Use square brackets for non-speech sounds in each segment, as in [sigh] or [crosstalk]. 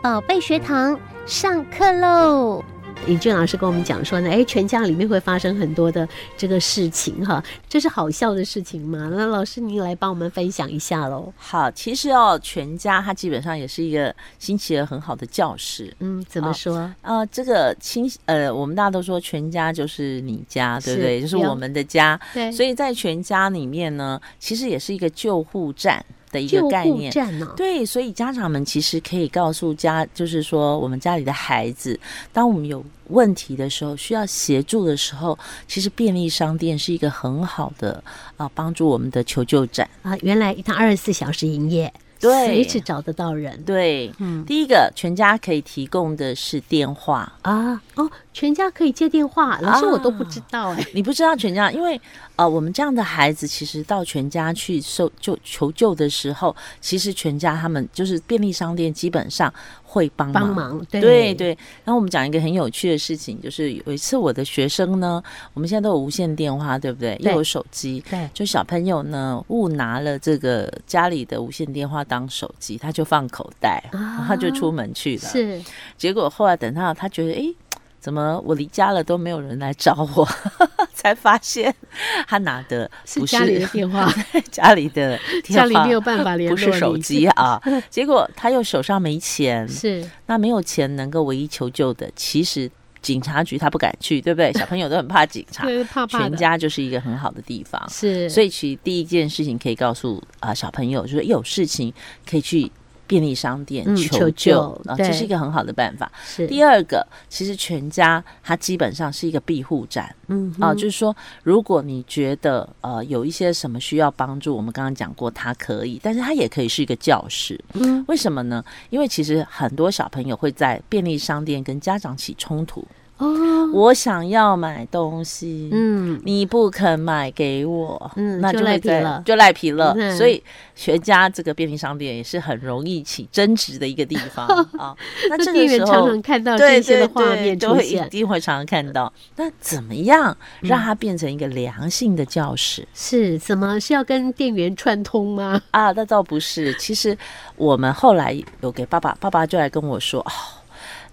宝贝学堂上课喽！尹俊老师跟我们讲说呢，哎，全家里面会发生很多的这个事情哈，这是好笑的事情嘛？那老师您来帮我们分享一下喽。好，其实哦，全家它基本上也是一个新奇而很好的教室。嗯，怎么说？呃，这个亲呃，我们大家都说全家就是你家，对不是对？就是有我们的家。对所以在全家里面呢，其实也是一个救护站的一救个概护念。站哦呢、对，所以家长们其实可以告诉家，就是说我们家里的孩子，当我们有问题的时候，需要协助的时候，其实便利商店是一个很好的啊、帮助我们的求救站。啊，原来它二十四小时营业，对随时找得到人。对，嗯第一个全家可以提供的是电话，啊，哦，全家可以接电话，老师啊我都不知道哎、你不知道全家，因为呃，我们这样的孩子，其实到全家去受救求救的时候，其实全家他们就是便利商店基本上会帮忙。帮忙对对对，然后我们讲一个很有趣的事情，就是有一次我的学生呢，我们现在都有无线电话，对不对？对又有手机，对就小朋友呢误拿了这个家里的无线电话当手机，他就放口袋，然后他就出门去了。是结果后来等到他觉得，诶，怎么我离家了都没有人来找我， [laughs] 才发现他拿的是不是家里的电话， [laughs] 家里的电家里话没有办法联不络，是手机，啊。结果他又手上没钱，是那没有钱能够唯一求救的，其实警察局他不敢去， [laughs] 对不对？小朋友都很怕警察，对怕怕的全家就是一个很好的地方。是，所以以其实第一件事情可以告诉啊、小朋友，就是有事情可以去便利商店嗯求求救救啊、这对是一个很好的办法。是第二个，其实全家它基本上是一个庇护站嗯啊、哼就是说，如果你觉得呃有一些什么需要帮助，我们刚刚讲过，它可以，但是它也可以是一个教室。嗯为什么呢？因为其实很多小朋友会在便利商店跟家长起冲突，哦我想要买东西，嗯你不肯买给我，嗯那就就赖会皮在了就赖皮了。嗯所以全家这个便利商店也是很容易起争执的一个地 [laughs] 方啊。那这店个员时常候常。看到对这些对的画对，面都出会一现，嗯定会常常看到。那怎么样让它变成一个良性的教室、是怎么是要跟店员串通吗？啊？那倒不是，其实我们后来有给爸爸，爸爸就来跟我说，哦，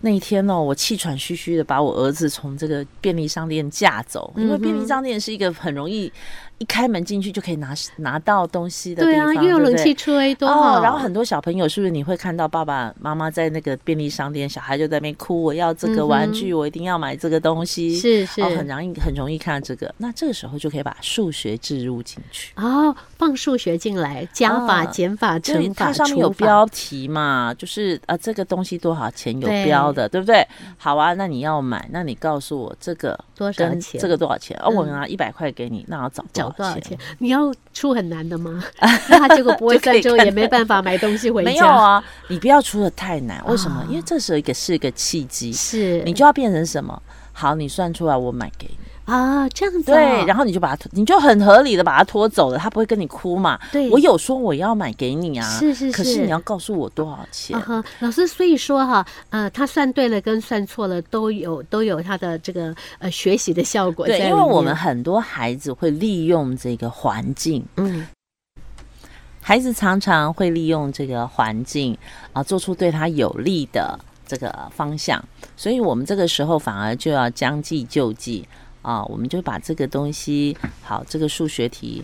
那一天哦，我气喘吁吁的把我儿子从这个便利商店架走，因为便嗯利哼商店是一个很容易一开门进去就可以拿拿到东西的地对方，啊，对又有不冷对气吹，多哦好，，然后很多小朋友是不是你会看到爸爸妈妈在那个便利商店，小孩就在那边哭，我要这嗯个哼玩具，我一定要买这个东西，是是哦，很容易很容易看到这个。那这个时候就可以把数学置入进去，哦，放数学进来，加法、啊减法、就是乘法、它上面除有法，标题嘛，就是呃这个东西多少钱有对标的，对不对？好啊，那你要买，那你告诉我这个多少跟钱这个多少钱？哦，嗯我拿一百块给你，那要找找多少少钱？你要出很难的 [laughs] 吗？那他结果不会就可算以之后看也没办法买东西回家。没有啊，你不要出的太难，为什么啊？因为这时候一个是一个契机，是你就要变成什么？好，你算出来，我买给你。啊，这样子、哦、对，然后你就把它，你就很合理的把它拖走了，他不会跟你哭嘛。对我有说我要买给你啊，是是可是是你要告诉我多少钱啊。哈，老师，所以说哈，呃，他算对了跟算错了都有都有他的这个呃学习的效果在对，里因面。为我们很多孩子会利用这个环境，嗯孩子常常会利用这个环境啊，做出对他有利的这个方向，所以我们这个时候反而就要将计就计啊，我们就把这个东西好，这个数学题。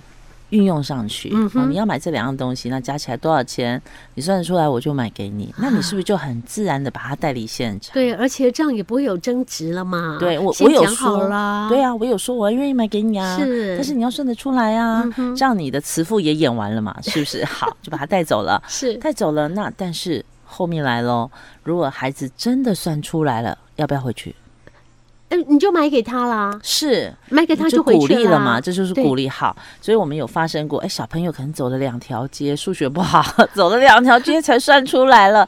运用上去，嗯啊哼你要买这两样东西，那加起来多少钱？你算得出来，我就买给你。啊那你是不是就很自然的把它带离现场？对，而且这样也不会有争执了嘛。对我先我有讲好说啦。对啊，我有说我愿意买给你啊，是但是你要算得出来啊，嗯哼这样你的慈父也演完 [laughs] 了嘛，是不是？好，就把他带走了。是带走了，那但是后面来咯，如果孩子真的算出来了，要不要回去？哎、你就买给他啦，是，买给他就回鼓去励了啦嘛，这就是对鼓励。好，所以我们有发生过，哎，小朋友可能走了两条街，数学不好， [laughs] 走了两条街才算出来了，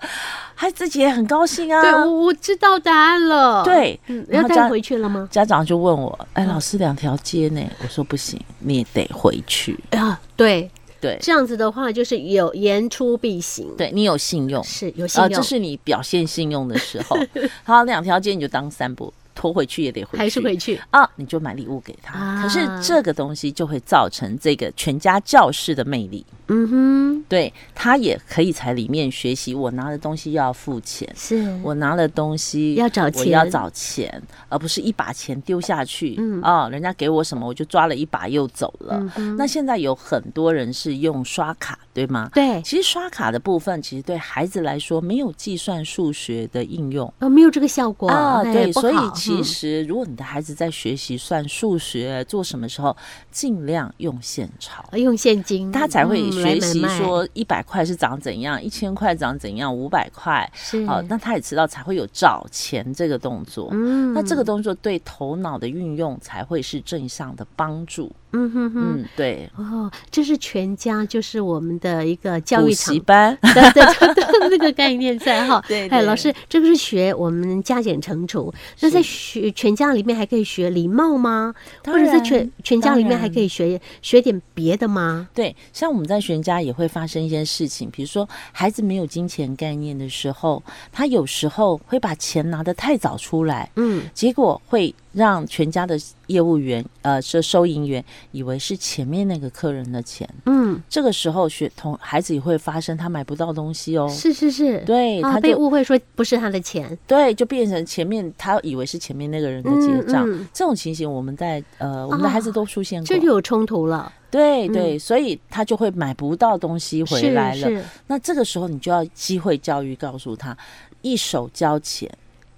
他自己也很高兴对，啊我。我知道答案了。，对，嗯，然要后带家回去了吗？家长就问我，哎，老师两条街呢？我说不行，你也得回去。啊，对，对，这样子的话就是有言出必行。，对你有信用，是有信啊，用。 [laughs] 这是你表现信用的时候。好，两条街你就当三不拖回去也得回去，还是回去啊，你就买礼物给他。啊可是这个东西就会造成这个全家教室的魅力，嗯哼，对他也可以在里面学习。我拿的东西要付钱，是我拿了东西要找我要钱找钱，而不是一把钱丢下去。嗯啊，人家给我什么我就抓了一把又走了。嗯哼呃那现在有很多人是用刷卡，对吗？对其实刷卡的部分，其实对孩子来说没有计算数学的应用。哦，没有这个效果啊，哎对，不所以好其嗯实如果你的孩子在学习算数学、做什么时候，尽量用现钞，用现金，他才会嗯嗯来学买习卖说一百块是长怎样，一千块长怎样，五百块，是好、那他也知道才会有找钱这个动作。嗯那这个动作对头脑的运用才会是正向的帮助。嗯哼哼。嗯，对，哦，这是全家，就是我们的一个教补育场 [laughs] 习班对对对， [laughs] 那个概念在哈。 [laughs] 对哎，对老师，这个是学我们加减乘除，那在学全家里面还可以学礼貌吗？或当者在然全全家当里面还然可以学学点别的吗？对，像我们在全家也会发生一些事情，比如说孩子没有金钱概念的时候，他有时候会把钱拿得太早出来，嗯，结果会让全家的业务员，呃，这收银员以为是前面那个客人的钱，嗯，这个时候学同孩子也会发生他买不到东西哦，是是是，对，啊，他被就误会说不是他的钱，对，就变成前面他以为是前面那个人的嗯结账，嗯啊这种情形我们在呃我们的孩子都出现过，这就有冲突了，对嗯对，所以他就会买不到东西回来了。是是那这个时候你就要机会教育告诉他，一手交钱，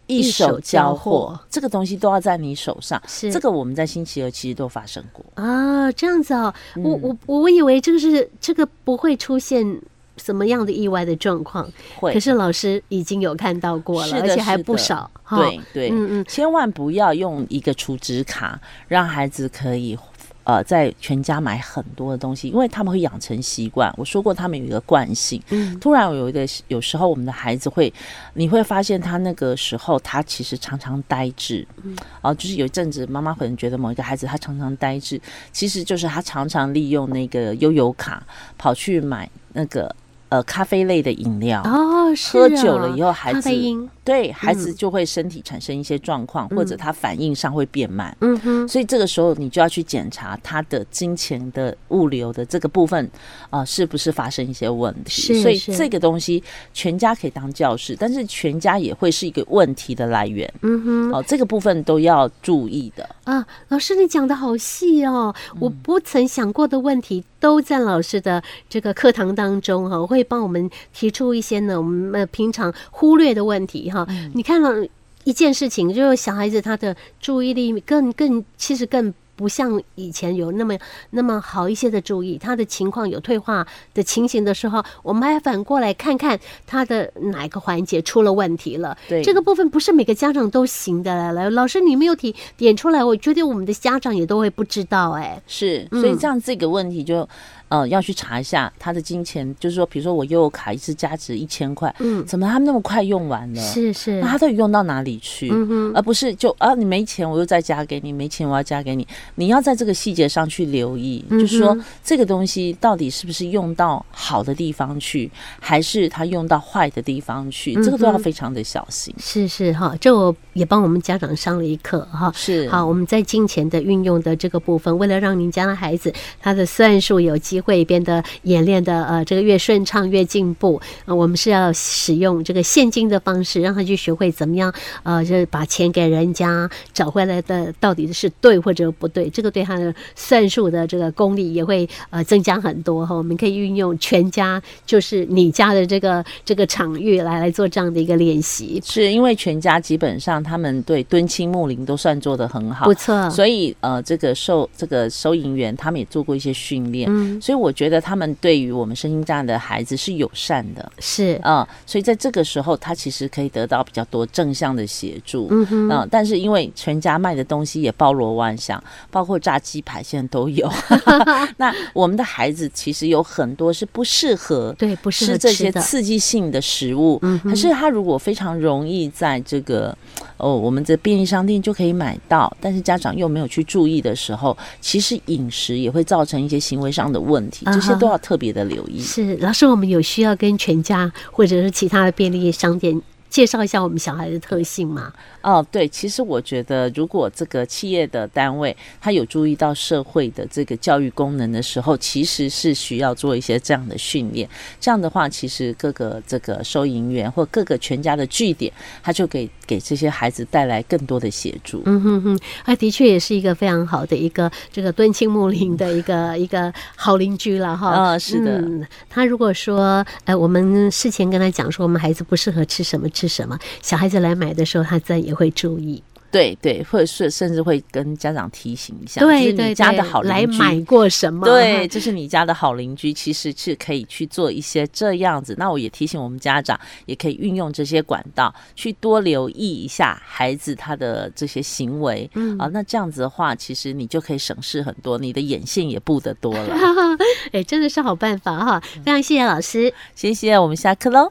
一一手手交交货货，这个东西都要在你手上。是这个我们在星期二其实都发生过。啊，这样子哦，我嗯我我以为这个是这个不会出现什么样的意外的状况，会，可是老师已经有看到过是了，而的且还是不的少，哈对对，嗯嗯千万不要用一个储值卡让孩子可以。呃，在全家买很多的东西，因为他们会养成习惯。我说过，他们有一个惯性。嗯突然有一个，有时候我们的孩子会，你会发现他那个时候他其实常常呆滞。嗯。哦、就是有一阵子，妈妈可能觉得某一个孩子他常常呆滞，其实就是他常常利用那个悠游卡跑去买那个呃咖啡类的饮料。哦，是喝酒了啊以后，孩咖子啡因，嗯对孩子就会身体产生一些状况，或者他反应上会变慢。嗯哼，所以这个时候，你就要去检查他的金钱的物流的这个部分，啊、是不是发生一些问题？是所以是这个东西全家可以当教室，但是全家也会是一个问题的来源。嗯哼哦、这个部分都要注意的。啊，老师你讲的好细哦，嗯我不曾想过的问题都在老师的这个课堂当中哈、哦，会帮我们提出一些呢我们呃平常忽略的问题哈、嗯你看了一件事情，就是小孩子他的注意力更更其实更。不像以前有那么那么好一些的注意，他的情况有退化的情形的时候，我们还反过来看看他的哪一个环节出了问题了。对这个部分不是每个家长都行的来来，老师你没有提点出来，我觉得我们的家长也都会不知道哎、是，嗯所以这样这个问题就，呃，要去查一下他的金钱，就是说，比如说我悠游卡一次价值一千块，嗯，怎么他们那么快用完了？是是那，他到底用到哪里去？嗯哼，而不是就啊，你没钱我又再加给你，没钱我要加给你。你要在这个细节上去留意，嗯哼就是说这个东西到底是不是用到好的地方去，还是它用到坏的地方去，这个都嗯要哼非常的小心。是是哈，这我也帮我们家长上了一课哈。是，好，我们在金钱的运用的这个部分，为了让您家的孩子他的算术有机会变得演练的呃这个越顺畅越进步、呃，我们是要使用这个现金的方式，让他去学会怎么样呃，就是把钱给人家找回来的到底是对或者不对，这个对他的算术的这个功力也会呃增加很多哈。我们可以运用全家就是你家的这个这个场域来来做这样的一个练习，是因为全家基本上他们对敦亲睦邻都算做得很好不，错，所以呃，这个收这个收银员他们也做过一些训练，嗯，所以我觉得他们对于我们身心障碍的孩子是友善的。是。啊、所以在这个时候，他其实可以得到比较多正向的协助。嗯哼，嗯、但是因为全家卖的东西也包罗万象，包括炸鸡排现在都 [laughs] 有。那我们的孩子其实有很多是不适合对，不适合吃这些的，嗯刺激性的食物，可是他如果非常容易在这个哦我们的便利商店就可以买到，但是家长又没有去注意的时候，其实饮食也会造成一些行为上的问题，嗯这些都要特别的留意。是老师，我们有需要跟全家或者是其他的便利商店介绍一下我们小孩的特性嘛？哦，对，其实我觉得，如果这个企业的单位他有注意到社会的这个教育功能的时候，其实是需要做一些这样的训练。这样的话，其实各个这个收银员或各个全家的据点，他就给给这些孩子带来更多的协助。嗯哼哼，啊，的确也是一个非常好的一个这个敦亲睦邻的一个一个好邻居了哈。啊是的嗯他如果说，呃，我们事前跟他讲说我们孩子不适合吃什么吃什么，小孩子来买的时候，他自然也会注意。对对，或者是甚至会跟家长提醒一下，对就是对，你家对的好来邻居。买过什么？对，这是你家的好邻居，其实是可以去做一些这样子。那我也提醒我们家长，也可以运用这些管道去多留意一下孩子他的这些行为。嗯哦啊，那这样子的话，其实你就可以省事很多，你的眼线也布得多了。哎，真的是好办法哈！非常谢谢老师。谢谢，我们下课喽。